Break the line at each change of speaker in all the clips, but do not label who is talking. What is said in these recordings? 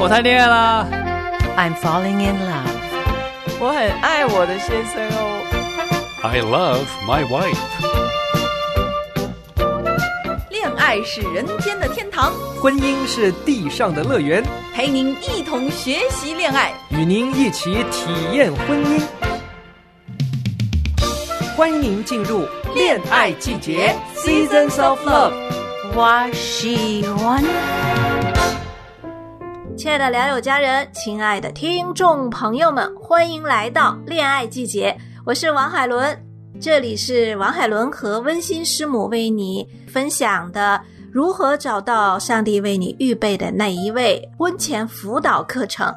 我谈恋爱啦！
I'm falling in love。
我很爱我的先生哦。
I love my wife.
恋爱是人间的天堂，
婚姻是地上的乐园，
陪您一同学习恋爱。
与您一起体验婚姻。欢迎进入恋爱季节
Seasons of Love。
我喜欢。
亲爱的聊友家人，亲爱的听众朋友们，欢迎来到恋爱季节，我是王海伦，这里是王海伦和温馨师母为你分享的如何找到上帝为你预备的那一位婚前辅导课程。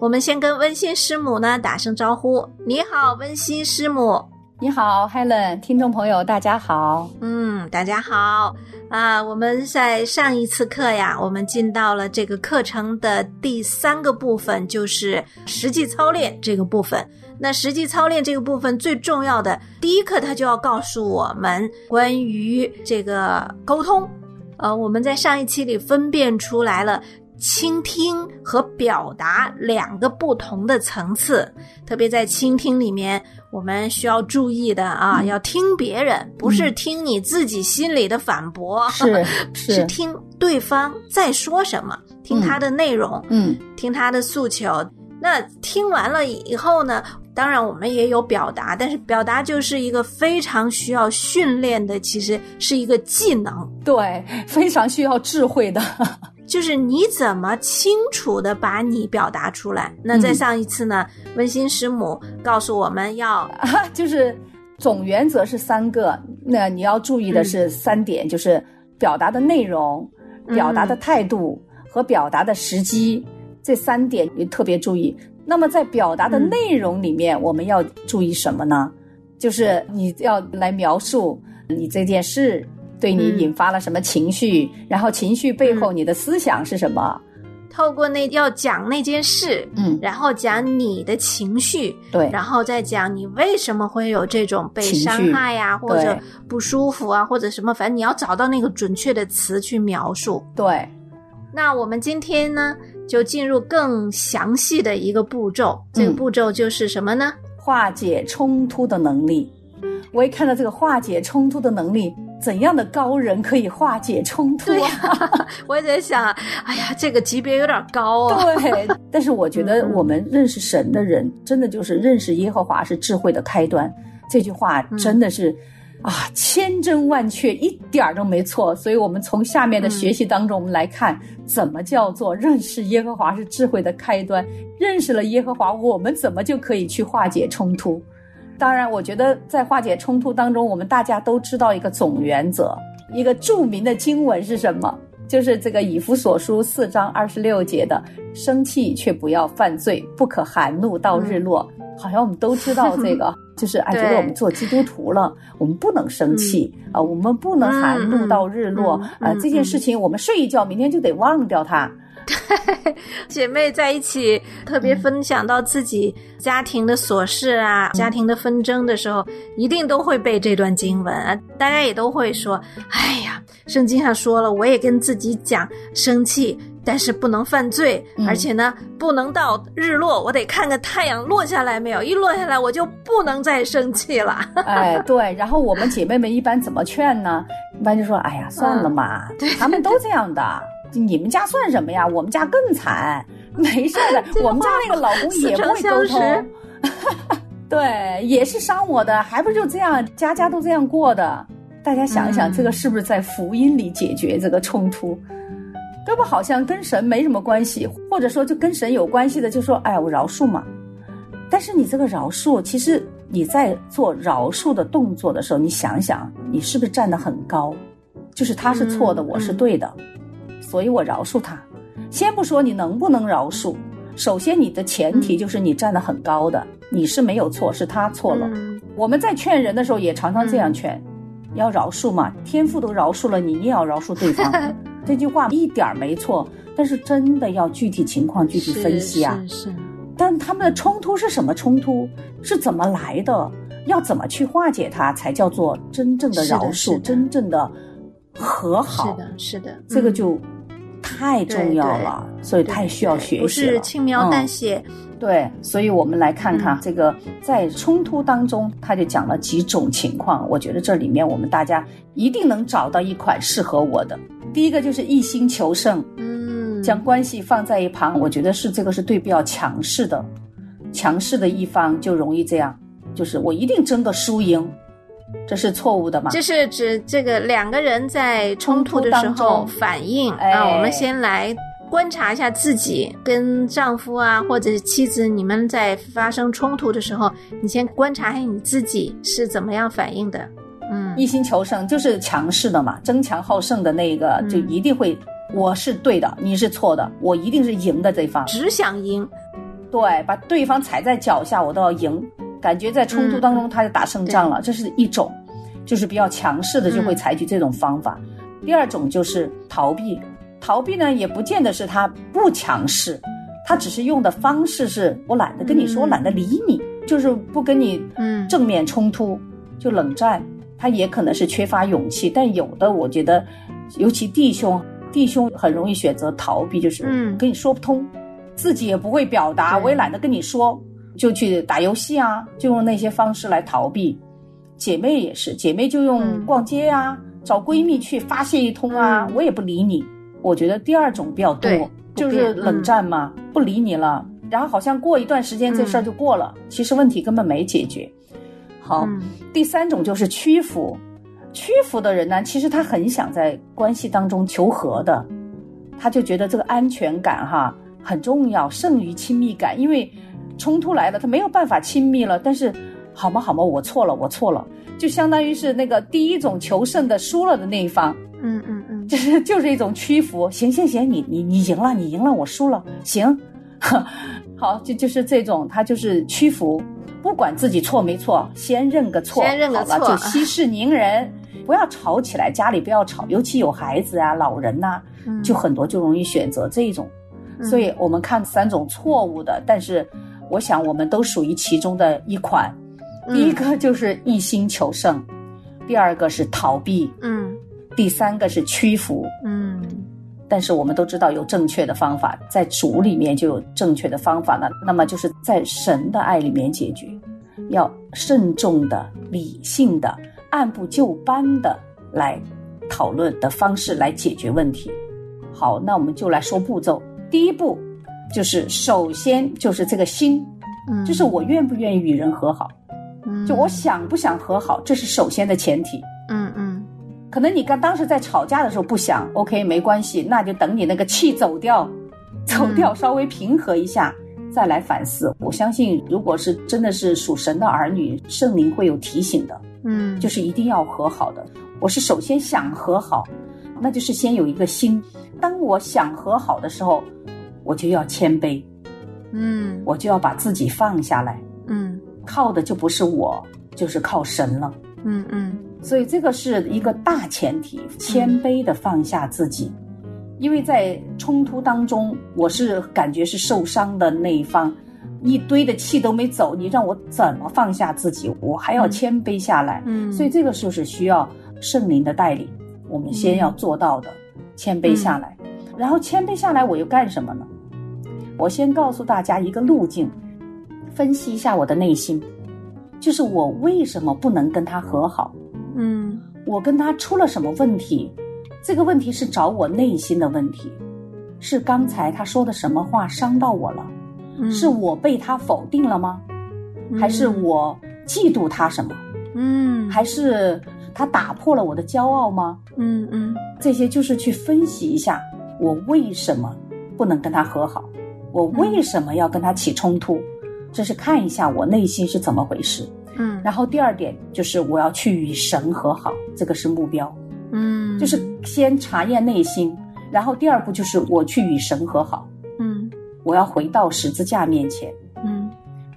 我们先跟温馨师母呢打声招呼，你好，温馨师母。
你好，Helen，听众朋友，大家好。
嗯，大家好啊！我们在上一次课呀，我们进到了这个课程的第三个部分，就是实际操练这个部分。那实际操练这个部分最重要的第一课，它就要告诉我们关于这个沟通。呃，我们在上一期里分辨出来了倾听和表达两个不同的层次。特别在倾听里面，我们需要注意的啊，要听别人，不是听你自己心里的反驳，
嗯是
是
是，
听对方在说什么，听他的内容，
嗯
听他的诉求。那听完了以后呢，当然我们也有表达，但是表达就是一个非常需要训练的，其实是一个技能，
对，非常需要智慧的。
就是你怎么清楚的把你表达出来。那在
嗯
上一次呢，嗯温馨师母告诉我们要
啊，就是总原则是三个，那你要注意的是三点，就是表达的内容、表达的态度和表达的时机，这三点你特别注意。那么在表达的内容里面，我们要注意什么呢？就是你要来描述你这件事对你
嗯
引发了什么情绪，然后情绪背后你的思想是什么？
透过那要讲那件事，
嗯，
然后讲你的情绪，
对，
然后再讲你为什么会有这种被
情绪
伤害呀、或者
对
不舒服啊，或者什么，反正你要找到那个准确的词去描述。
对，
那我们今天呢，就进入更详细的一个步骤，这个步骤就是什么呢？
化解冲突的能力。我也看到这个化解冲突的能力，怎样的高人可以化解冲突啊？
我也在想，哎呀，这个级别有点高啊。
对，但是我觉得
嗯嗯
我们认识神的人，真的就是认识耶和华是智慧的开端。这句话真的是、啊，千真万确，一点儿都没错。所以，我们从下面的学习当中，我们来看怎么叫做认识耶和华是智慧的开端。认识了耶和华，我们怎么就可以去化解冲突？当然，我觉得在化解冲突当中，我们大家都知道一个总原则，一个著名的经文是什么？就是这个以弗所书四章二十六节的“生气却不要犯罪，不可含怒到日落”
嗯
好像我们都知道 这个，就是哎，觉得
对
我们做基督徒了，我们不能生气啊、我们不能含怒到日落
嗯
啊、
嗯嗯
这件事情我们睡一觉，明天就得忘掉它。
姐妹在一起特别分享到自己家庭的琐事
嗯
啊、家庭的纷争的时候，一定都会背这段经文啊。大家也都会说：“哎呀，圣经上说了，我也跟自己讲，生气。”但是不能犯罪，
嗯
而且呢，不能到日落，我得看看太阳落下来没有。一落下来，我就不能再生气了。
哎，对，然后我们姐妹们一般怎么劝呢？一般就说：“哎呀，算
嗯
了嘛，他们都这样的，你们家算什么呀？我们家更惨，没事的，我们家那个老公也不会沟
似曾相
通， 对，也是伤我的，还不就这样，家家都这样过的。”大家想一想，
嗯
这个是不是在福音里解决这个冲突？根本好像跟神没什么关系，或者说就跟神有关系的，就说：“哎呀，我饶恕嘛。”但是你这个饶恕，其实你在做饶恕的动作的时候，你想想，你是不是站得很高？就是他是错的，
嗯
我是对的，所以我饶恕他。先不说你能不能饶恕，首先你的前
嗯
提就是你站得很高的，你是没有错，是他错了。
嗯
我们在劝人的时候也常常这样劝，要饶恕嘛，天父都饶恕了你，你也要饶恕对方。 这句话一点儿没错，但是真的要具体情况具体分析啊。
是是，
但他们的冲突是什么冲突？是怎么来的？要怎么去化解它，才叫做真正的
是的
饶
是
恕，
的
真正的和
是
好？
的，是的，
这个
嗯
就太重要了。所以他也需要学习了。
不嗯是轻描淡
嗯
写。
对，所以我们来看看这个在冲突当中，他就讲了几种情况。我觉得这里面我们大家一定能找到一款适合我的。第一个就是一心求胜，
嗯，
将关系放在一旁，我觉得是这个是对比较强势的，强势的一方就容易这样，就是我一定争个输赢，这是错误的嘛？
这是指这个两个人在冲突的时
冲突当
候
中
反应
哎
啊。我们先来观察一下自己跟丈夫啊，或者是妻子，你们在发生冲突的时候，你先观察一下你自己是怎么样反应的。嗯，
一心求胜就是强势的嘛，争强好胜的那个
嗯
就一定会，我是对的，你是错的，我一定是赢的这一方。
只想赢，
对，把对方踩在脚下，我都要赢，感觉在冲
嗯
突当中他就打胜仗了，这是一种，就是比较强势的就会
嗯
采取这种方法。第二种就是逃避，逃避呢也不见得是他不强势，他只是用的方式是我懒得跟你
嗯
说，我懒得理你，就是不跟你
嗯
正面冲突，就冷战。他也可能是缺乏勇气，但有的我觉得，尤其弟兄，弟兄很容易选择逃避，就是
嗯
跟你说不通，自己也不会表达，
对
我也懒得跟你说，就去打游戏啊，就用那些方式来逃避。姐妹也是，姐妹就用
嗯
逛街呀、找闺蜜去发泄一通啊，
嗯
我也不理你。我觉得第二种比较多
对，
就
不
是
变
冷
嗯
战嘛，不理你了，然后好像过一段时间这事儿就过了，其实问题根本没解决。好，
嗯
第三种就是屈服。屈服的人呢，其实他很想在关系当中求和的，他就觉得这个安全感哈很重要，胜于亲密感。因为冲突来了，他没有办法亲密了，但是好嘛好嘛，我错了，我错了，就相当于是那个第一种求胜的输了的那一方，
嗯嗯嗯，
就是就是一种屈服。行行行，你你你赢了，你赢了，我输了，行， 好，就就是这种，他就是屈服，不管自己错没错，先认个错，
先认个
好了
错
就息事宁人，不要吵起来，家里不要吵，尤其有孩子啊、老人呐、
嗯
就很多就容易选择这一种。所以我们看三种错误的，但是我想我们都属于其中的一款。
嗯
第一个就是一心求胜，第二个是逃避，
嗯
第三个是屈服，
嗯
但是我们都知道有正确的方法，在主里面就有正确的方法了。那么就是在神的爱里面解决，要慎重的、理性的、按部就班的来讨论的方式来解决问题。好，那我们就来说步骤。第一步就是首先就是这个心，
嗯，
就是我愿不愿意与人和好，
嗯
就我想不想和好，这是首先的前提。
嗯嗯
可能你刚当时在吵架的时候不想，OK，没关系，那就等你那个气走掉，走掉稍微平和一下，再来反思。我相信，如果是真的是属神的儿女，圣灵会有提醒的，
嗯，
就是一定要和好的。我是首先想和好，那就是先有一个心。当我想和好的时候，我就要谦卑，
嗯
我就要把自己放下来，
嗯
靠的就不是我，就是靠神了。
嗯嗯
所以这个是一个大前提，谦卑的放下自己，因为在冲突当中，我是感觉是受伤的那一方，一堆的气都没走，你让我怎么放下自己？我还要
嗯
谦卑下来。
嗯，
所以这个就是需要圣灵的带领，我们先要做到的，谦卑下来。
嗯
然后谦卑下来，我又干什么呢？我先告诉大家一个路径，分析一下我的内心，就是我为什么不能跟他和好。
嗯
我跟他出了什么问题？这个问题是找我内心的问题，是刚才他说的什么话伤到我了？
嗯
是我被他否定了吗？还是我嫉妒他什么？
嗯
还是他打破了我的骄傲吗？
嗯嗯
这些就是去分析一下，我为什么不能跟他和好？我为什么要跟他起冲突？这是看一下我内心是怎么回事。
嗯
然后第二点就是我要去与神和好，这个是目标。
嗯，
就是先查验内心，然后第二步就是我去与神和好，
嗯
我要回到十字架面前。
嗯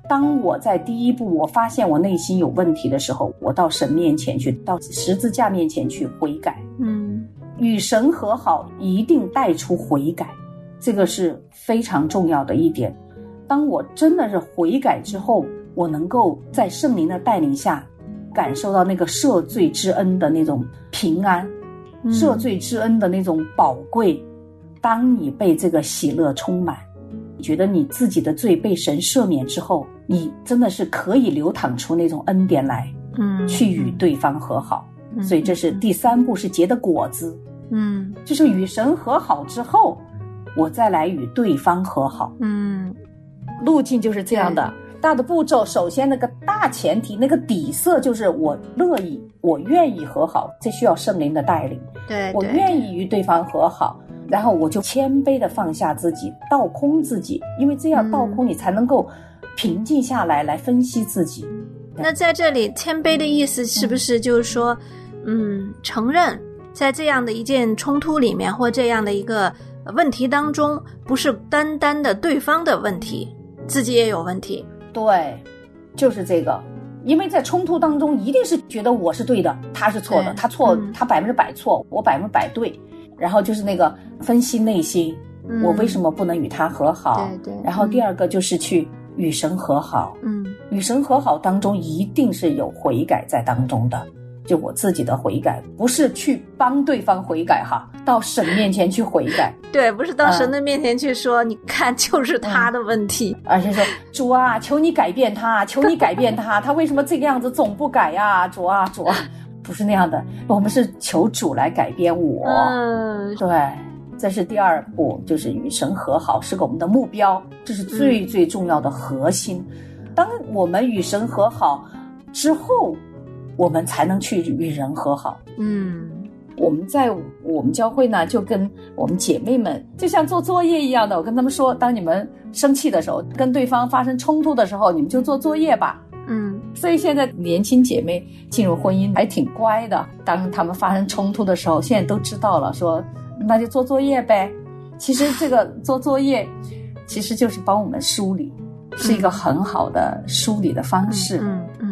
当我在第一步我发现我内心有问题的时候，我到神面前去，到十字架面前去悔改，
嗯
与神和好一定带出悔改，这个是非常重要的一点。当我真的是悔改之后，我能够在圣灵的带领下，感受到那个赦罪之恩的那种平安，
嗯
赦罪之恩的那种宝贵，当你被这个喜乐充满，你觉得你自己的罪被神赦免之后，你真的是可以流淌出那种恩典来，
嗯，
去与对方和好。
嗯，
所以这是第三步，是结的果子，
嗯
就是与神和好之后，我再来与对方和好。
嗯
路径就是这样的。大的步骤，首先那个大前提，那个底色就是我乐意，我愿意和好，这需要圣灵的带领。
对，
我
对
愿意与对方和好，然后我就谦卑的放下自己，倒空自己，因为这样
嗯
倒空你才能够平静下来，来分析自己。
那在这里，谦卑的意思是不是就是说，嗯，承认在这样的一件冲突里面或这样的一个问题当中，不是单单的对方的问题，自己也有问题。
对，就是这个。因为在冲突当中，一定是觉得我是对的，他是错的，
对
他错，
嗯
他百分之百错，我百分之百对。然后就是那个分析内心，
嗯、
我为什么不能与他和好？
对对
然后第
嗯
二个就是去与神和好，
嗯
与神和好当中一定是有悔改在当中的，就我自己的悔改，不是去帮对方悔改哈，到神面前去悔改，
对，不是到
嗯
神的面前去说，你看就是他的问题。
而是说主啊，求你改变他，求你改变他，他为什么这个样子总不改呀、主啊，主啊，不是那样的，我们是求主来改变我，
嗯，
对。这是第二步，就是与神和好，是个我们的目标，这是最最重要的核心。当我们与神和好之后，我们才能去与人和好。
嗯，
我们在我们教会呢，就跟我们姐妹们，就像做作业一样的，我跟她们说，当你们生气的时候，跟对方发生冲突的时候，你们就做作业吧。
嗯，
所以现在年轻姐妹进入婚姻还挺乖的，当她们发生冲突的时候，现在都知道了，说那就做作业呗。其实这个做作业，其实就是帮我们梳理，是一个很好的梳理的方式。
嗯嗯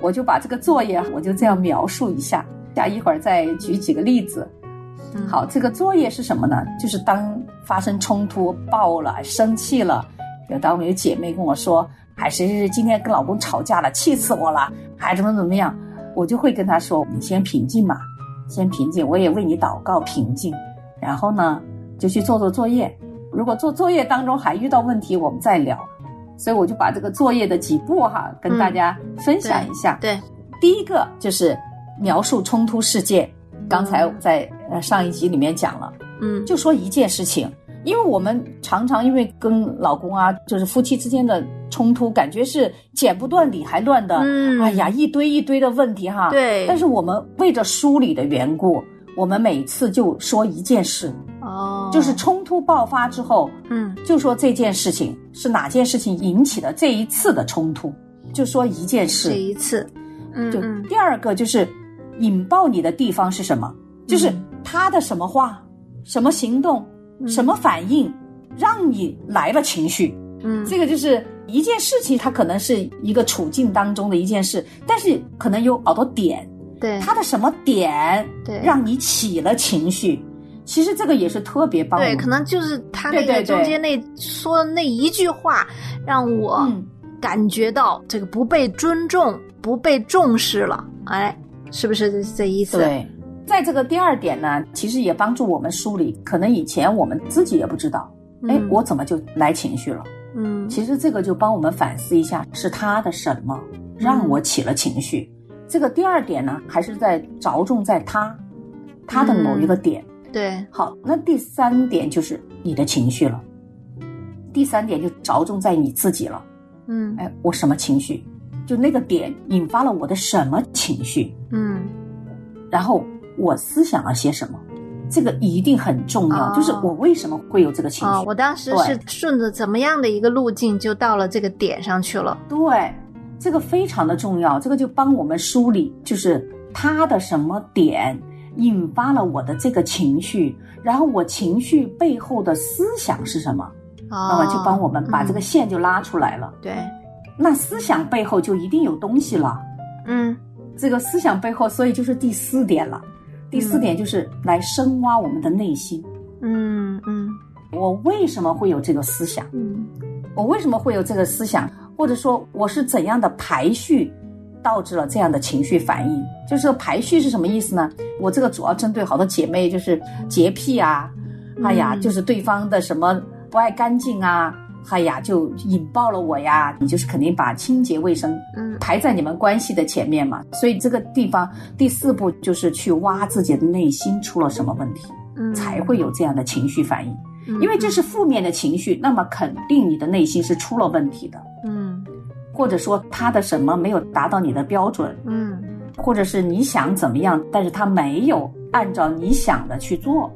我就把这个作业，我就这样描述一下，下一会儿再举几个例子。
嗯，
好，这个作业是什么呢？就是当发生冲突、爆了、生气了，有当有姐妹跟我说，哎，谁谁谁今天跟老公吵架了，气死我了，哎，怎么怎么样，我就会跟她说，你先平静嘛，先平静，我也为你祷告平静，然后呢，就去做做作业。如果做作业当中还遇到问题，我们再聊。所以我就把这个作业的几步哈，跟大家分享一下。
嗯对，
第一个就是描述冲突事件，刚才在呃上一集里面讲了，
嗯，
就说一件事情，因为我们常常因为跟老公啊，就是夫妻之间的冲突，感觉是剪不断理还乱的，
嗯
哎呀，一堆一堆的问题哈。
对
但是我们为着梳理的缘故，我们每次就说一件事，
哦，
就是冲突爆发之后，
嗯
就说这件事情是哪件事情引起的这一次的冲突，就说一件事。
这一次，嗯
就
嗯
第二个就是引爆你的地方是什么？就是他的什么话、什么行动、
嗯
什么反应，让你来了情绪。
嗯，
这个就是一件事情，它可能是一个处境当中的一件事，但是可能有好多点，
对，
他的什么点
对
让你起了情绪？其实这个也是特别帮我
对，
们
可能就是他
对
那个
对对
中间那说的那一句话，让我
嗯
感觉到这个不被尊重、不被重视了，哎，是不是这这意思？，
对，哎在这个第二点呢，其实也帮助我们梳理，可能以前我们自己也不知道，哎、
嗯
我怎么就来情绪了？
嗯
其实这个就帮我们反思一下，是他的什么让我起了情绪？这个第二点呢，还是在着重在他，他的某一个点。
嗯对，
好，那第三点就是你的情绪了。第三点就着重在你自己了。
嗯
哎，我什么情绪？就那个点引发了我的什么情绪？
嗯
然后我思想了些什么？这个一定很重要。
哦
就是我为什么会有这个情绪？
啊，我当时
对
是顺着怎么样的一个路径就到了这个点上去了，
对，这个非常的重要，这个就帮我们梳理，就是他的什么点引发了我的这个情绪，然后我情绪背后的思想是什么，那
哦
么，就帮我们把这个
嗯
线就拉出来了。
对，
那思想背后就一定有东西了，
嗯
这个思想背后，所以就是第四点了。第四点就是来深挖我们的内心，
嗯嗯
我为什么会有这个思想？
嗯
我为什么会有这个思想，或者说我是怎样的排序导致了这样的情绪反应？就是排序是什么意思呢？我这个主要针对好多姐妹，就是洁癖啊，哎呀，
嗯
就是对方的什么不爱干净啊，哎呀，就引爆了我呀。你就是肯定把清洁卫生
嗯
排在你们关系的前面嘛。所以这个地方第四步就是去挖自己的内心出了什么问题，
嗯，
才会有这样的情绪反应。
嗯，
因为这是负面的情绪，那么肯定你的内心是出了问题的，
嗯
或者说他的什么没有达到你的标准，
嗯
或者是你想怎么样，但是他没有按照你想的去做，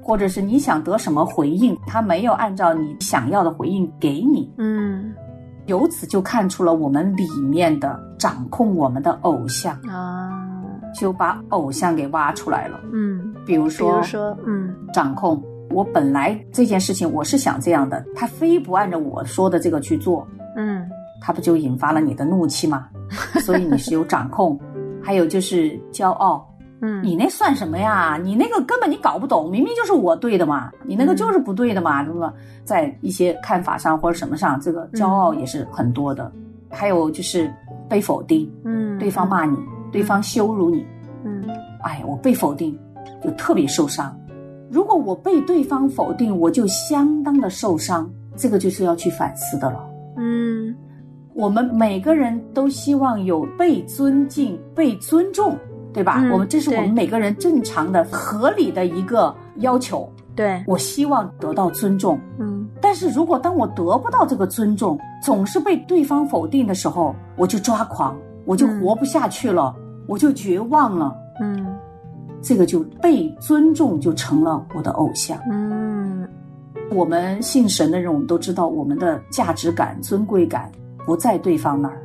或者是你想得什么回应，他没有按照你想要的回应给你，
嗯
由此就看出了我们里面的掌控我们的偶像，
嗯啊，
就把偶像给挖出来了。
嗯，
比如
比
说，
如说，嗯
掌控。我本来这件事情我是想这样的，他非不按照我说的这个去做，
嗯
它不就引发了你的怒气 吗？所以你是有掌控，还有就是骄傲。
嗯，
你那算什么呀？你那个根本你搞不懂，明明就是我对的嘛，你
嗯
那个就是不对的嘛，那么在一些看法上或者什么上，这个
嗯
骄傲也是很多的。还有就是被否定，
嗯
对方骂你，对方羞辱你，
嗯
哎，我被否定就特别受伤。如果我被对方否定，我就相当的受伤，这个就是要去反思的了。
嗯
我们每个人都希望有被尊敬、被尊重，对吧？
嗯
我们这是我们
对
每个人正常的、合理的一个要求。
对，
我希望得到尊重，
嗯
但是如果当我得不到这个尊重，总是被对方否定的时候，我就抓狂，我就
嗯
活不下去了，我就绝望了。
嗯
这个就被尊重就成了我的偶像。
嗯
我们信神的人，我们都知道，我们的价值感、尊贵感不在对方那儿，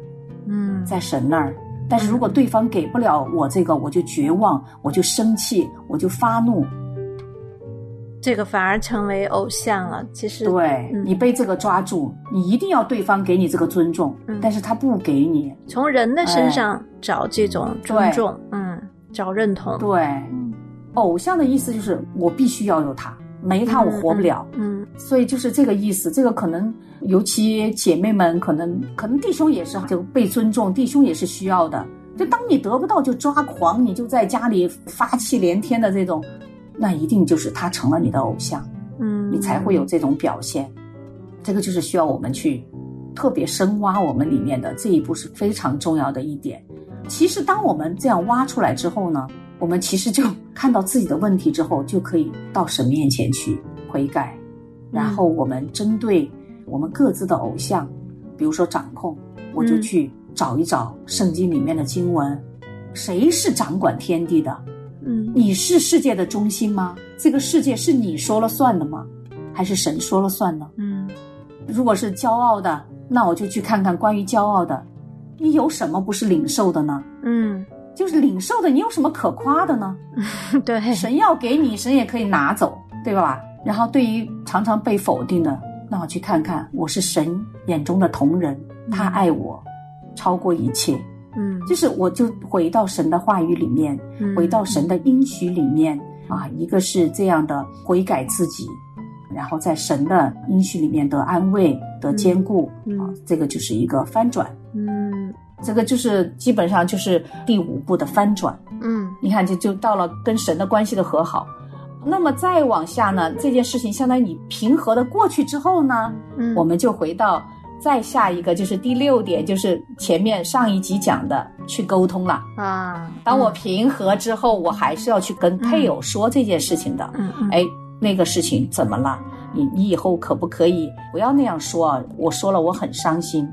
嗯，
在神那儿。但是如果对方给不了我这个，我就绝望，我就生气，我就发怒。
这个反而成为偶像了。其实，
对
嗯
你被这个抓住，你一定要对方给你这个尊重
嗯，
但是他不给你。
从人的
哎
身上找这种尊
对
重，嗯，找认同，
对，偶像的意思就是我必须要有他，没他我活不了。
嗯
所以就是这个意思，这个可能尤其姐妹们，可能可能弟兄也是就被尊重，弟兄也是需要的。就当你得不到就抓狂，你就在家里发气连天的这种，那一定就是他成了你的偶像，
嗯，
你才会有这种表现。这个就是需要我们去特别深挖我们里面的这一步是非常重要的一点。其实当我们这样挖出来之后呢，我们其实就 看到自己的问题之后，就可以到神面前去悔改，然后我们针对我们各自的偶像，比如说掌控，我就去找一找圣经里面的经文，谁是掌管天地的？
嗯
你是世界的中心吗？这个世界是你说了算的吗？还是神说了算呢？
嗯
如果是骄傲的，那我就去看看关于骄傲的，你有什么不是领受的呢？
嗯，
就是领受的，你有什么可夸的呢？
对，
神要给你，神也可以拿走，对吧？然后对于常常被否定的，那我去看看，我是神眼中的同人，他爱我，超过一切。
嗯，
就是我就回到神的话语里面，回到神的应许里面啊，一个是这样的悔改自己，然后在神的应许里面得安慰、得坚固
嗯
啊，这个就是一个翻转，
嗯
这个就是基本上就是第五步的翻转。
嗯
你看，就就到了跟神的关系的和好。那么再往下呢，这件事情相当于你平和的过去之后呢，
嗯，
我们就回到再下一个，就是第六点，就是前面上一集讲的去沟通了。
啊，
当我平和之后，我还是要去跟配偶说这件事情的。
嗯嗯
哎，那个事情怎么了？你你以后可不可以不要那样说啊？我说了我很伤心，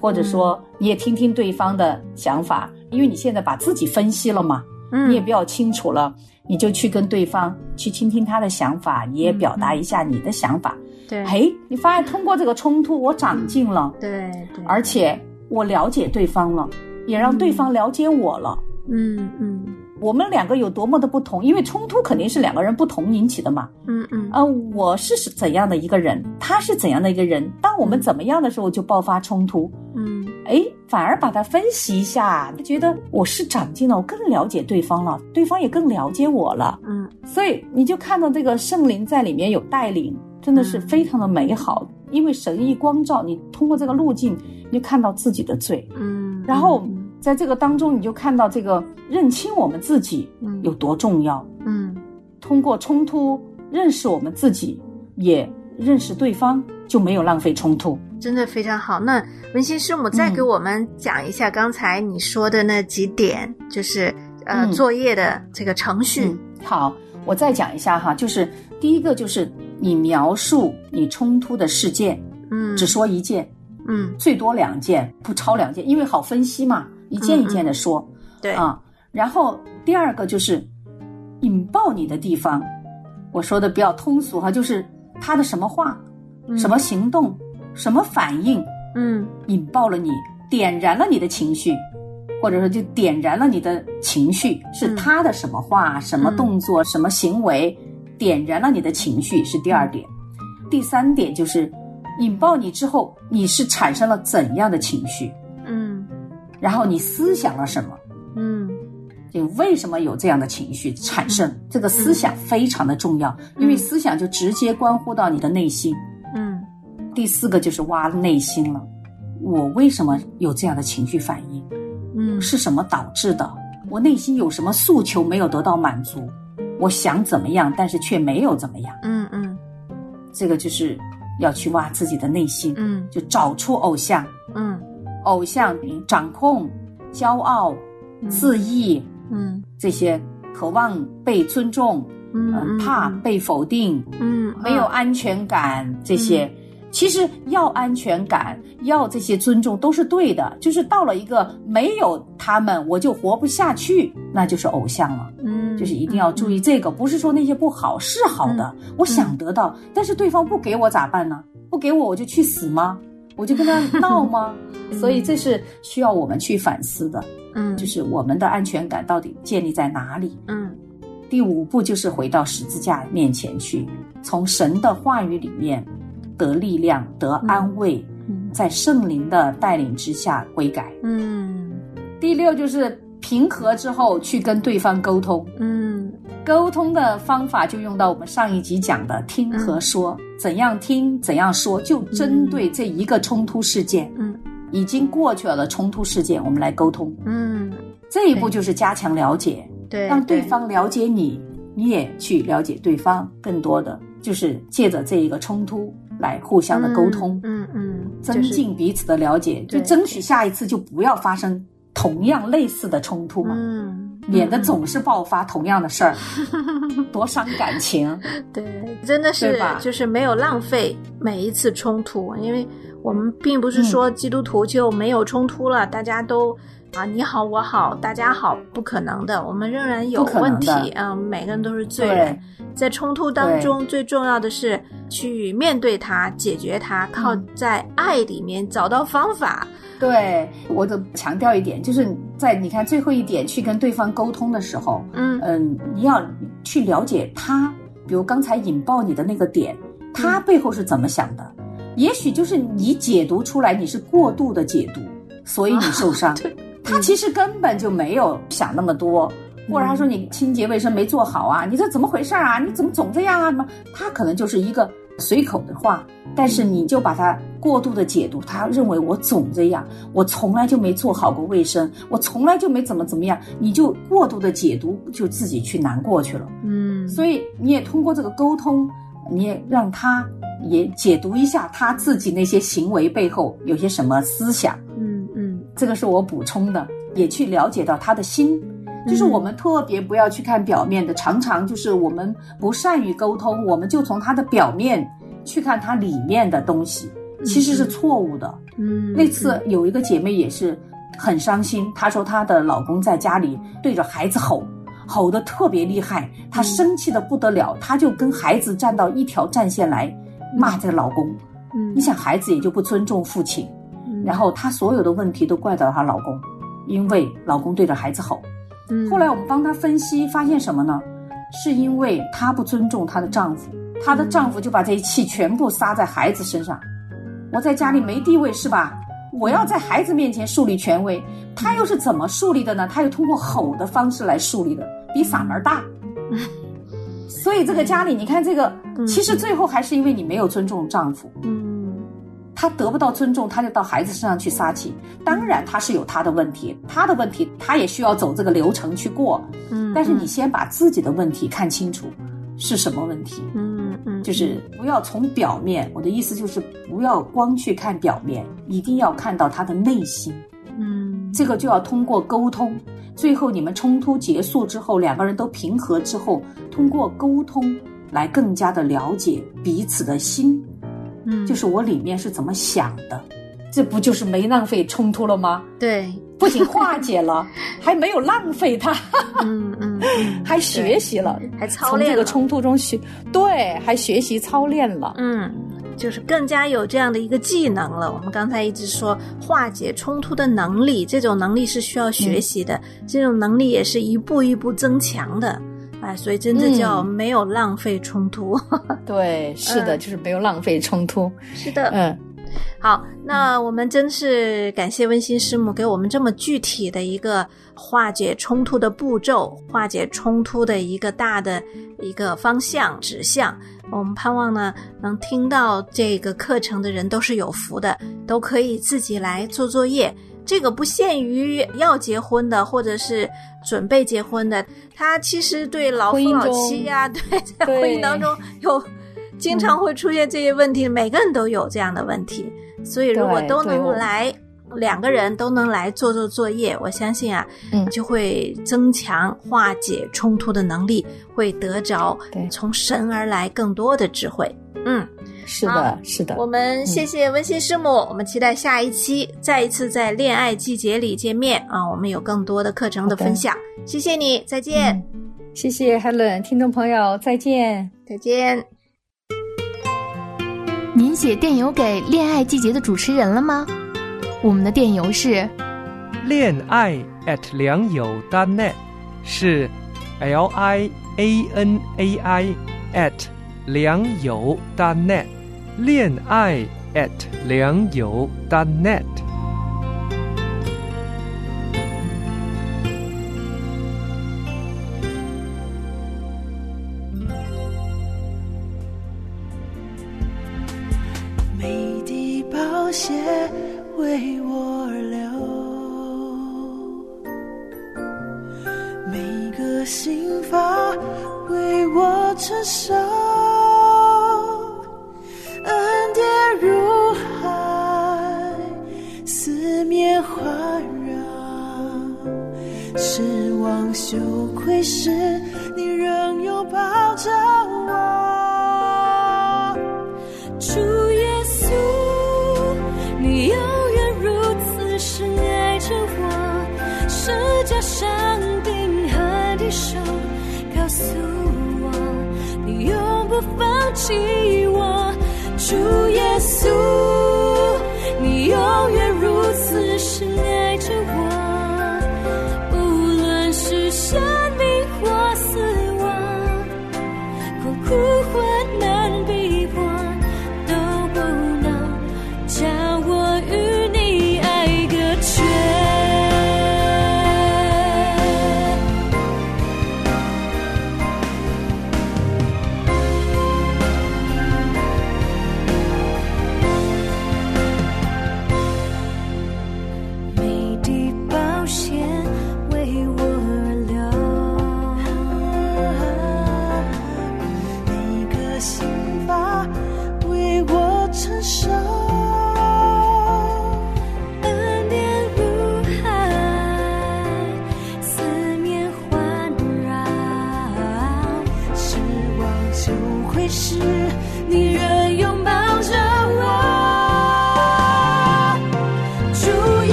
或者说
嗯
你也听听对方的想法，因为你现在把自己分析了嘛，
嗯
哎你也比较清楚了，你就去跟对方去倾听他的想法，你也表达一下你的想法。
嗯对，嗯
哎，你发现通过这个冲突，我长进了，
对对，
而且我了解对方了，也让对方了解我了。
嗯嗯
我们两个有多么的不同，因为冲突肯定是两个人不同引起的嘛。
嗯嗯
呃，我是怎样的一个人，他是怎样的一个人，当我们怎么样的时候就爆发冲突，
嗯
哎，反而把它分析一下，觉得我是长进了，我更了解对方了，对方也更了解我了，
嗯
所以你就看到这个圣灵在里面有带领，真的是非常的美好。因为神一光照你，通过这个路径，你就看到自己的罪，
嗯，
然后在这个当中，你就看到这个认清我们自己
嗯
有多重要。
嗯
通过冲突，认识我们自己，也认识对方，就没有浪费冲突。
真的非常好。那文心师母再
嗯
给我们讲一下刚才你说的那几点，就是呃、
嗯
作业的这个程序。
嗯，好，我再讲一下哈，就是第一个就是你描述你冲突的事件，
嗯，
只说一件，
嗯
最多两件，不超两件，因为好分析嘛，一件一
嗯
件的说、
对
啊。然后第二个就是引爆你的地方，我说的比较通俗哈，就是他的什么话、什么行动、什么反应
嗯
引爆了你，点燃了你的情绪，或者说就点燃了你的情绪，是
嗯
他的什么话、什么动作、什么行为点燃了你的情绪，是第二点。第三点就是引爆你之后，你是产生了怎样的情绪，
嗯
然后你思想了什么。
嗯
就为什么有这样的情绪产生？这个思
嗯
想非常的重要，因为思想就直接关乎到你的内心。
嗯
第四个就是挖内心了，我为什么有这样的情绪反应？
嗯
是什么导致的？我内心有什么诉求没有得到满足？我想怎么样，但是却没有怎么样。
嗯嗯
这个就是要去挖自己的内心，
嗯
就找出偶像，
嗯
偶像掌控、骄傲、自意
嗯
这些渴望被尊重，嗯，
嗯，
怕被否定，
嗯
没有啊安全感这些。其实要安全感，要这些尊重都是对的，就是到了一个没有他们我就活不下去，那就是偶像了。
嗯，
就是一定要注意这个，不是说那些不好，是好的，
嗯
我想得到，但是对方不给我咋办呢？不给我我就去死吗？我就跟他闹 吗？所以这是需要我们去反思的，
嗯
就是我们的安全感到底建立在哪里？
嗯
第五步就是回到十字架面前去，从神的话语里面得力量、得安慰，在圣灵的带领之下悔改。
嗯
第六就是平和之后去跟对方沟通，
嗯
沟通的方法就用到我们上一集讲的听和说，怎样听，怎样说，就针对这一个冲突事件，
嗯，
已经过去了的冲突事件，我们来沟通。
嗯，
这一步就是加强了解，
对，
让对方了解你，你也去了解对方，更多的就是借着这一个冲突来互相的沟通，
嗯嗯，
增进彼此的了解，就
对
争取下一次就不要发生同样类似的冲突嘛，
嗯，
免得总是爆发同样的事 儿，多伤感情。
对，真的是
对吧
就是没有浪费每一次冲突，因为我们并不
嗯
是说基督徒就没有冲突了，大家都啊你好我好大家好，不可能的，我们仍然有
不可
问
能
题
的，
嗯，每个人都是罪
对
人，在冲突当中最重要的是去面对它、解决它，靠
嗯
在爱里面找到方法。
对，我得强调一点，就是在你看最后一点去跟对方沟通的时候，
嗯
嗯，你要去了解他，比如刚才引爆你的那个点，他背后是怎么想的？也许就是你解读出来，你是过度的解读，所以你受伤。他其实根本就没有想那么多，或者他说你清洁卫生没做好啊，你这怎么回事儿啊？你怎么总这样啊？什么？他可能就是一个随口的话，但是你就把它过度的解读，他认为我总这样，我从来就没做好过卫生，我从来就没怎么怎么样，你就过度的解读，就自己去难过去了。
嗯，
所以你也通过这个沟通，你也让他也解读一下他自己那些行为背后有些什么思想。
嗯嗯
这个是我补充的，也去了解到他的心。就是我们特别不要去看表面的，常常就是我们不善于沟通，我们就从他的表面去看他里面的东西，其实是错误的。
嗯，
那次有一个姐妹也是很伤心，她说她的老公在家里对着孩子吼，吼得特别厉害，她生气的不得了，她就跟孩子站到一条战线来骂这个老公。
嗯
你想，孩子也就不尊重父亲，然后她所有的问题都怪到她老公，因为老公对着孩子吼。
嗯
后来我们帮她分析，发现什么呢？是因为她不尊重她的丈夫，她的丈夫就把这一气全部撒在孩子身上。我在家里没地位是吧？我要在孩子面前树立权威，她又是怎么树立的呢？她又通过吼的方式来树立的，比嗓门大。 所以这个家里，你看这个，其实最后还是因为你没有尊重丈夫。
嗯
他得不到尊重，他就到孩子身上去撒气。当然，他是有他的问题，他的问题他也需要走这个流程去过。
嗯，
但是你先把自己的问题看清楚，是什么问题。
嗯嗯，
就是不要从表面，我的意思就是不要光去看表面，一定要看到他的内心。
嗯
这个就要通过沟通，最后你们冲突结束之后，两个人都平和之后，通过沟通来更加的了解彼此的心，
嗯，
就是我里面是怎么想的，这不就是没浪费冲突了吗？
对，
不仅化解了，还没有浪费它，
嗯嗯，嗯
还学习了，
还操
从
练
这
了
个冲突中学，对，还学习操练了。
嗯，就是更加有这样的一个技能了。我们刚才一直说化解冲突的能力，这种能力是需要学
嗯
习的，这种能力也是一步一步增强的。哎，所以真正叫
嗯
没有浪费冲突。
对，是的，
嗯
就是没有浪费冲突。
是的，
嗯，
好，那我们真是感谢温馨师母给我们这么具体的一个化解冲突的步骤，化解冲突的一个大的一个方向指向。我们盼望呢，能听到这个课程的人都是有福的，都可以自己来做作业。这个不限于要结婚的，或者是准备结婚的，他其实对老夫
婚姻
老
中
妻呀、对，在
对
婚姻当中有经常会出现这些问题，每个人都有这样的问题。所以如果
对
都
对
能
我
来，两个人都能来做做作业，我相信啊，
嗯
就会增强化解冲突的能力，会得着
对
从神而来更多的智慧。嗯，
是
好
的，是的
我。们谢谢温馨师母，我们期待下一期再一次在恋爱季节里见面啊！我们有更多的课程的
好的嗯
分享，谢谢你，再见，
谢谢 Helen，听众朋友，再见。
再见。
您写电邮给《恋爱季节》的主持人了吗？我们的电邮是
恋爱 at 良友 .net 是 l i a n a i at 良友 .net，恋爱 at 良友 .net。
每滴宝血为我而流，每个心法为我承受，恩典如海，四面环绕，失望羞愧时，你仍拥抱着我。主耶稣，你永远如此深爱着我，施加上冰和的手，告诉我，你永不放弃我。主耶稣，你永远如此深爱着我。